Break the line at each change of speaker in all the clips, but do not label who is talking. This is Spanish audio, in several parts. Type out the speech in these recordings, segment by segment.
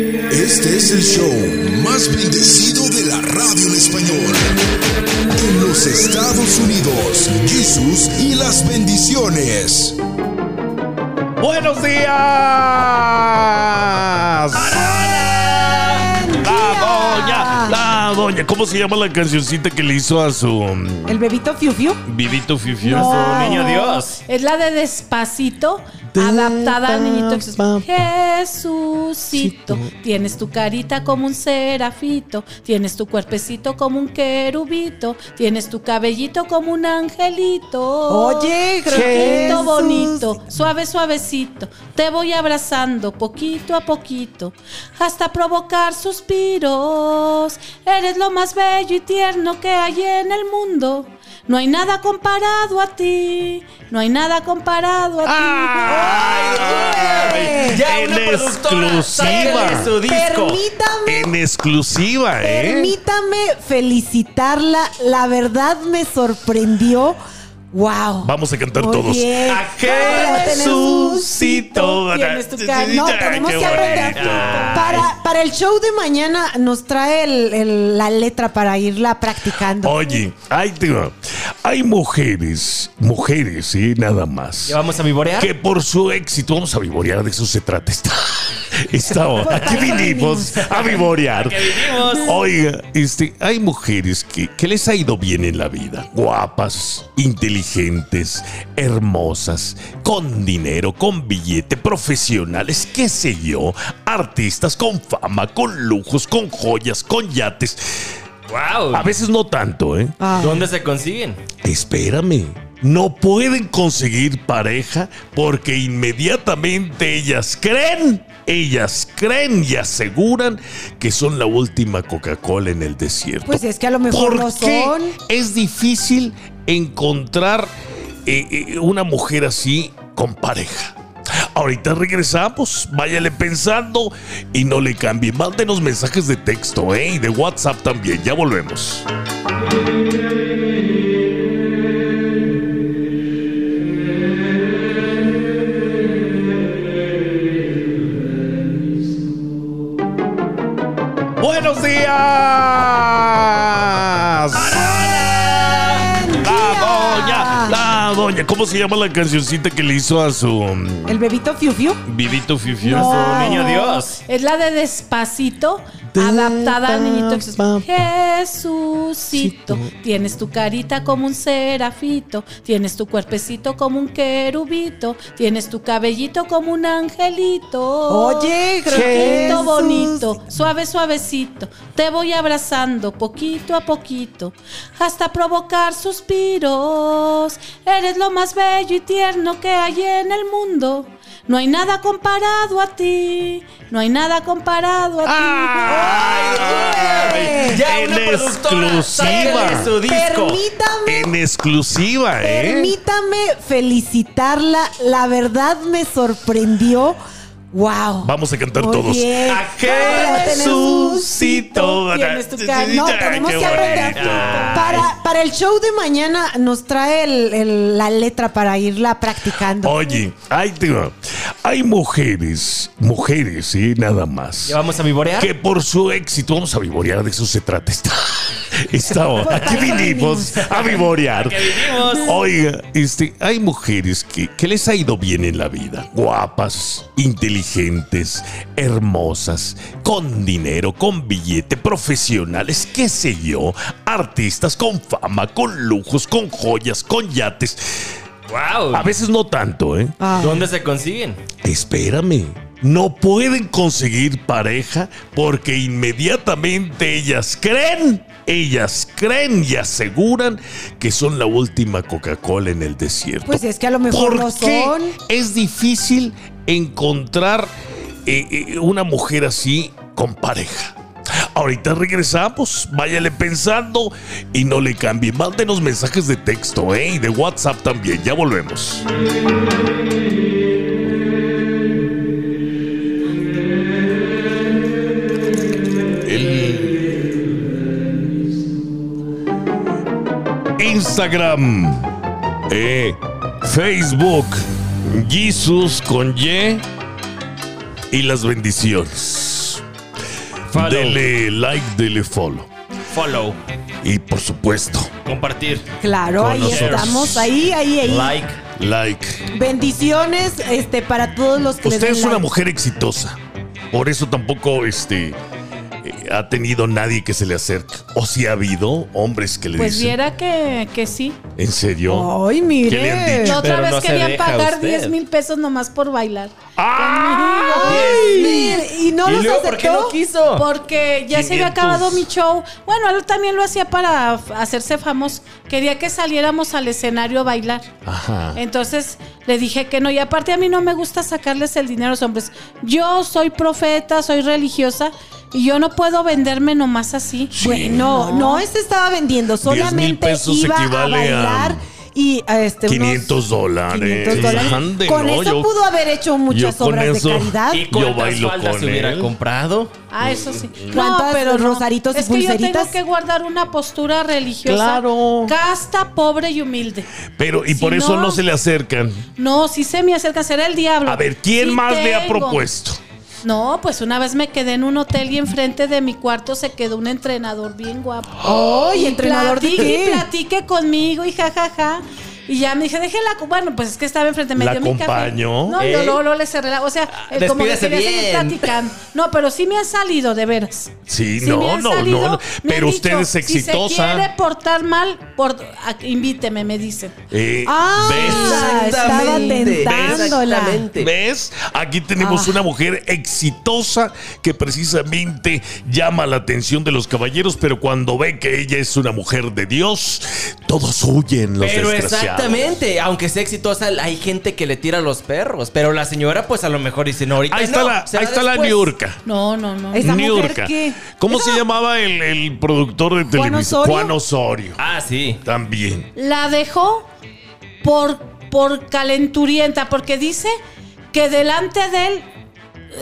Este es el show más bendecido de la radio en español. En los Estados Unidos, Jesús y las bendiciones.
Buenos días. La doña, la doña. ¿Cómo se llama la cancioncita que le hizo a su
¿El bebito Fiu Fiu?
vidito fifió?
No.
Niño Dios.
Es la de Despacito, adaptada a Niñito Jesús. Jesucito, tienes tu carita como un serafito, tienes tu cuerpecito como un querubito, tienes tu cabellito como un angelito.
Oye,
Chiquito,
Jesús.
bonito, suave, suavecito, te voy abrazando poquito a poquito, hasta provocar suspiros. Eres lo más bello y tierno que hay en el mundo. No hay nada comparado a ti, no hay nada comparado a
Ay,
Ya
en
una productora, sáquenle
exclusiva.
su disco.
Permítame,
En exclusiva, ¿eh?
permítame felicitarla. La verdad me sorprendió. Wow.
Vamos a cantar
Muy
todos.
bien.
A
Ahora tenemos
Jesucito.
Tienes tu cara.
No,
Ay,
tenemos
qué
que aprender.
bonito.
Para, para el show de mañana nos trae el- el- la letra para irla practicando.
Oye, ahí te va. Hay mujeres, mujeres, ¿eh? Nada más.
¿Ya vamos a vivorear?
que por su éxito, vamos a vivorear, de eso se trata esta, esta hora.
Pues para
Aquí
eso
vinimos a vivorear.
vinimos.
Oiga, este, hay mujeres que, que les ha ido bien en la vida. Guapas, inteligentes, hermosas, con dinero, con billete, profesionales, qué sé yo, artistas con fama, con lujos, con joyas, con yates.
Wow.
A veces no tanto, ¿eh?
Ah.
¿Dónde se consiguen?
Espérame. No pueden conseguir pareja porque inmediatamente ellas creen, ellas creen y aseguran que son la última Coca-Cola en el desierto.
Pues es que a lo mejor
¿Por
no
qué
son.
es difícil encontrar eh, eh, una mujer así con pareja? Ahorita regresamos, váyale pensando y no le cambie. Mándenos mensajes de texto ¿eh? y de WhatsApp también. Ya volvemos. Buenos días. La doña, la doña. ¿Cómo se llama la cancioncita que le hizo a su
¿El bebito Fiu Fiu?
vidito fifió?
Su niño Dios.
Es la de Despacito, adaptada a Niñito Jesús. Jesucito, tienes tu carita como un serafito, tienes tu cuerpecito como un querubito, tienes tu cabellito como un angelito.
Oye,
Chiquito,
Jesús.
bonito, suave, suavecito, te voy abrazando poquito a poquito, hasta provocar suspiros. Eres lo más bello y tierno que hay en el mundo. No hay nada comparado a ti, no hay nada comparado a
Ah. Ay,
Ya
en
una productora, sáquenle
exclusiva.
su disco.
Permítame,
En exclusiva, ¿eh?
permítame felicitarla. La verdad me sorprendió. Wow.
Vamos a cantar
Muy
todos.
bien.
A
Ahora tenemos-
Jesucito.
Tienes tu cara.
No,
Ay,
tenemos
qué
que aprender.
bonito.
Para, para el show de mañana nos trae el- el- la letra para irla practicando.
Oye, ahí te va. Hay mujeres, mujeres, ¿eh? Nada más.
¿Ya vamos a vivorear?
que por su éxito, vamos a vivorear, de eso se trata esta, esta hora.
Pues
Aquí
para eso
vinimos a vivorear. Oiga, este, hay mujeres que, que les ha ido bien en la vida. Guapas, inteligentes, hermosas, con dinero, con billete, profesionales, qué sé yo, artistas con fama, con lujos, con joyas, con yates.
Wow.
A veces no tanto, ¿eh?
Ah.
¿Dónde se consiguen?
Espérame. No pueden conseguir pareja porque inmediatamente ellas creen, ellas creen y aseguran que son la última Coca-Cola en el desierto.
Pues es que a lo mejor
¿Por
no
qué
son.
es difícil encontrar eh, eh, una mujer así con pareja? Ahorita regresamos, váyale pensando y no le cambie. Mándenos mensajes de texto ¿eh? y de WhatsApp también. Ya volvemos. El Instagram. Eh, Facebook, Jesus con Y y las bendiciones.
Follow.
Dele like, dele follow.
Follow.
Y por supuesto,
Compartir.
Claro,
Con
ahí
nosotros.
estamos, ahí, ahí, ahí.
Like.
like.
Bendiciones este, para todos los que le
Usted
den
es una
like.
mujer exitosa. Por eso tampoco este, eh, ha tenido nadie que se le acerque. O si ha habido hombres que le
Pues
dicen.
viera que, que sí.
¿En serio?
Ay,
¿Qué le han
mire.
dicho?
La otra
Eh, Pero
vez
no se
querían
deja
pagar
usted.
10 mil pesos nomás por bailar.
Ah. Ay, mire, Y no
¿Y
los
luego
aceptó.
por qué no quiso?
Porque ya se había
500.
acabado mi show. Bueno, él también lo hacía para f- hacerse famoso. Quería que saliéramos al escenario a bailar.
Ajá.
Entonces le dije que no. Y aparte a mí no me gusta sacarles el dinero a los hombres. Yo soy profeta, soy religiosa y yo no puedo venderme nomás así.
Bueno, no, no se estaba vendiendo,
10,000
solamente
pesos
iba a
equivale a
bailar y a este, unos
500 dólares.
500 dólares.
Ande,
con
no,
eso
yo-
pudo haber hecho muchas
yo con
obras
eso-
de caridad.
¿Y
Yo
cuántas
bailo
faldas
con
se hubiera
él.
comprado?
Ah, eso sí.
¿Cuántas rosaritos y
Es que yo
pulseritas?
tengo que guardar una postura religiosa.
Claro.
Casta, pobre y humilde.
Pero, y
Si
por eso
no-
no se le acercan.
No, si se me acerca, será el diablo.
A ver, ¿quién
Sí
más le ha
tengo.
propuesto?
No, pues una vez me quedé en un hotel y enfrente de mi cuarto se quedó un entrenador bien guapo.
Ay,
Y
entrenador de
platique,
qué?
Y platique conmigo y jajaja. Y ya me dije, déjela. cu- Bueno, pues es que estaba enfrente, me
¿La
dio mi café.
acompañó?
No,
¿Eh?
yo luego, luego le cerré la. O sea, eh, como que
despídase
quería seguir
bien.
platicando. No, pero sí me han salido, de veras.
Sí,
Sí me
no,
han
no,
salido,
no.
me
Pero
han
usted
dicho,
es exitosa.
Si se quiere portar mal, por, a- invíteme, me dicen.
Eh,
Ah, estaba
Exactamente.
tentándola.
Exactamente.
¿Ves? Aquí
Ah.
tenemos una mujer exitosa que precisamente llama la atención de los caballeros, pero cuando ve que ella es una mujer de Dios, todos huyen los
Pero
desgraciados.
exactamente, aunque sea exitosa, hay gente que le tira a los perros. Pero la señora, pues a lo mejor dice, no, ahorita
Ahí está
no,
la,
será
ahí está la
después".
Niurka.
No, no, no.
¿Esa mujer
Niurka.
qué?
¿Cómo se llamaba el, el productor de televisión?
Osorio?
Juan Osorio.
Ah, sí.
También.
La dejó por, por calenturienta, porque dice que delante de él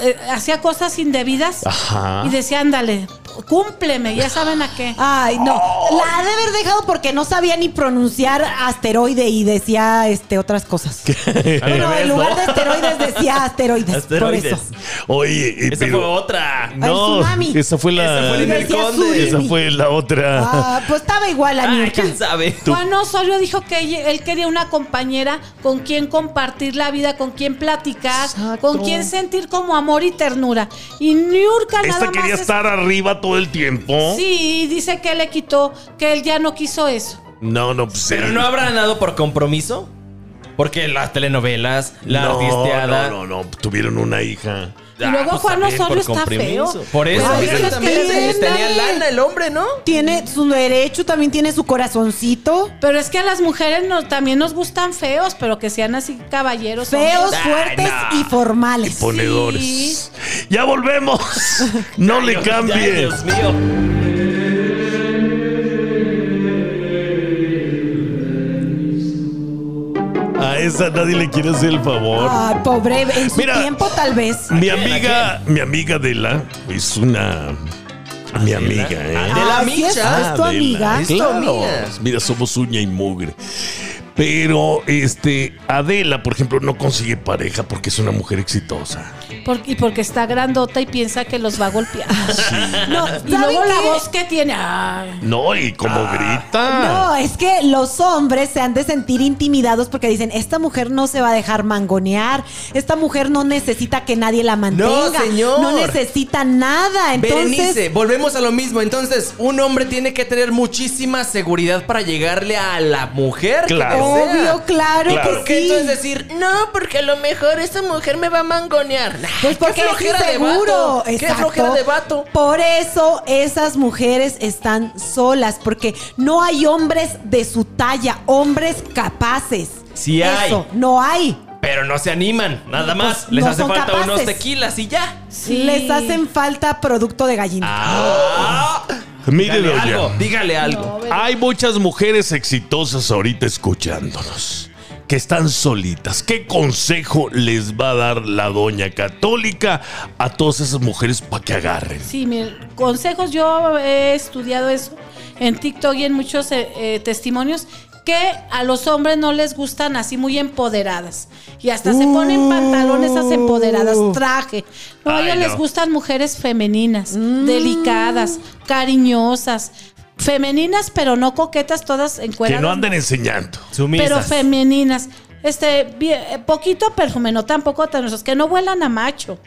eh, hacía cosas indebidas
Ajá.
y decía, ándale, cúmpleme, ya saben a qué.
Ah,
Ay, no. La ha de haber dejado porque no sabía ni pronunciar asteroide y decía este otras cosas.
Al
No,
revés,
en lugar
¿no?
de asteroides decía asteroides.
Asteroides.
Por eso.
Oye, eh,
Esa
pero.
fue otra.
Ay, tsunami.
esa fue la.
Esa fue en el
Decía
conde.
esa
tsunami.
fue la otra.
Ah, pues estaba igual la
Ah,
Niurka.
quién sabe.
Juan Osorio dijo que ella- él quería una compañera con quien compartir la vida, con quien platicar,
Exacto.
con quien sentir como amor y ternura. Y Niurka nada
Esta
más
quería
es-
estar arriba todo el tiempo.
Sí, dice que le quitó, que él ya no quiso eso.
No, no, pues.
Pero
eh,
no habrá ganado por compromiso. Porque las telenovelas, la
no,
artisteada. Ah, pues
No, no, no. Tuvieron una hija.
Y luego Juan
también
Osorio
por
está
compromiso.
feo.
Por eso,
Pues,
mira,
es que
también
tiene-
tenía lana el hombre, ¿no?
Tiene su derecho, también tiene su corazoncito.
Pero es que a las mujeres no- también nos gustan feos, pero que sean así caballeros.
Feos,
hombres.
fuertes
no.
y formales.
Ponedores. Ya volvemos. No le
Ay,
cambien.
Dios mío.
A esa nadie le quiere hacer el favor.
Ay, pobre, en su
Mira.
tiempo tal vez.
mi amiga, mi amiga Adela es una. Mi amiga, ¿eh? Ah,
Adela. Ah, De la
Así Ah, es,
micha.
¿Es tu
Adela,
amiga?
es-
tu
claro.
amiga.
Mira, somos uña y mugre. Pero este Adela, por ejemplo, no consigue pareja porque es una mujer exitosa.
Por- y porque está grandota y piensa que los va a golpear. No, y
¿saben
luego la
qué?
voz que tiene. ay.
No, y como
Ah.
grita.
No, es que los hombres se han de sentir intimidados porque dicen, esta mujer no se va a dejar mangonear, esta mujer no necesita que nadie la mantenga,
señor.
no necesita nada.
Berenice,
Entonces,
volvemos a lo mismo. Entonces, un hombre tiene que tener muchísima seguridad para llegarle a la mujer. que
Claro.
desea.
obvio, claro,
Claro.
que
Porque
sí.
entonces decir, no, porque a lo mejor esa mujer me va a mangonear. Nah,
Pues porque
qué
es
flojera de
inseguro.
vato. Qué
Exacto.
flojera de vato.
Por eso esas mujeres están solas, porque no hay hombres de su talla, hombres capaces.
Sí hay.
Eso, no hay.
Pero no se animan, nada más.
Pues
Les
no
hace
son
falta
capaces.
unos tequilas y ya.
Sí.
Les hacen falta producto de gallina.
Ah,
Mire,
dígale
doña.
algo, dígale
No,
algo.
ver-
Hay muchas mujeres exitosas ahorita escuchándonos, que están solitas. ¿Qué consejo les va a dar la doña católica a todas esas mujeres para que agarren?
Sí, mire, consejos, yo he estudiado eso en TikTok y en muchos eh, eh, testimonios que a los hombres no les gustan así muy empoderadas. Y hasta se ponen pantalones esas empoderadas, traje. No, a
Uh. Ay,
ellos les
no. Mm.
gustan mujeres femeninas, delicadas, cariñosas. Femeninas, pero no coquetas, todas
Que
encueradas.
no anden enseñando.
Sumisas.
pero femeninas. Este, bien, eh, poquito perfume, no tampoco tan esos, que no vuelan a macho.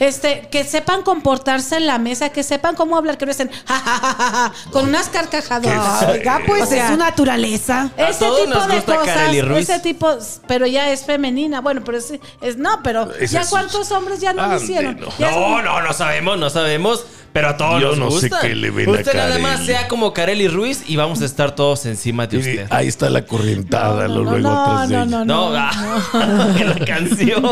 Este, que sepan comportarse en la mesa, que sepan cómo hablar, que no estén ja, ja, ja, ja, ja, con unas carcajadas.
Ah,
Qué
Oiga, pues
O sea,
es su naturaleza.
A
Ese
todos
tipo
nos
de
gusta
cosas,
Kareli Ruiz.
ese tipo, pero ya es femenina. Bueno, pero es, es- no, pero
Es
ya
así.
cuántos hombres ya no lo hicieron.
Ándelo.
Ya es
No,
como-
no, no sabemos, no sabemos. Pero a todos
Yo
nos
no sé
gusta.
qué le ven a
Usted nada más
Kareli.
sea como Kareli Ruiz y vamos a estar todos encima de
Y Ah.
usted.
ahí está la corrientada,
No,
lo
no,
luego
no,
atrás de
no,
ella.
no,
No, ah, la canción.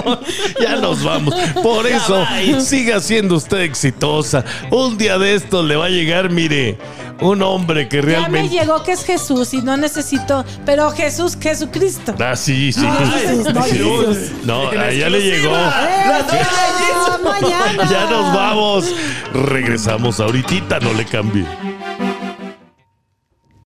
Ya nos vamos. Por
Ya
eso,
bye.
siga siendo usted exitosa. Un día de estos le va a llegar, mire, un hombre que
Ya me
realmente.
llegó que es Jesús y no necesito, pero Jesús, Jesucristo.
Ah, sí, sí.
Ay,
Sí.
no, Jesús.
No,
En
ah, ya le llegó.
exclusiva.
¡Eh,
La tele
ya, mañana!
Ya nos vamos. Regresamos ahorita, no le cambie.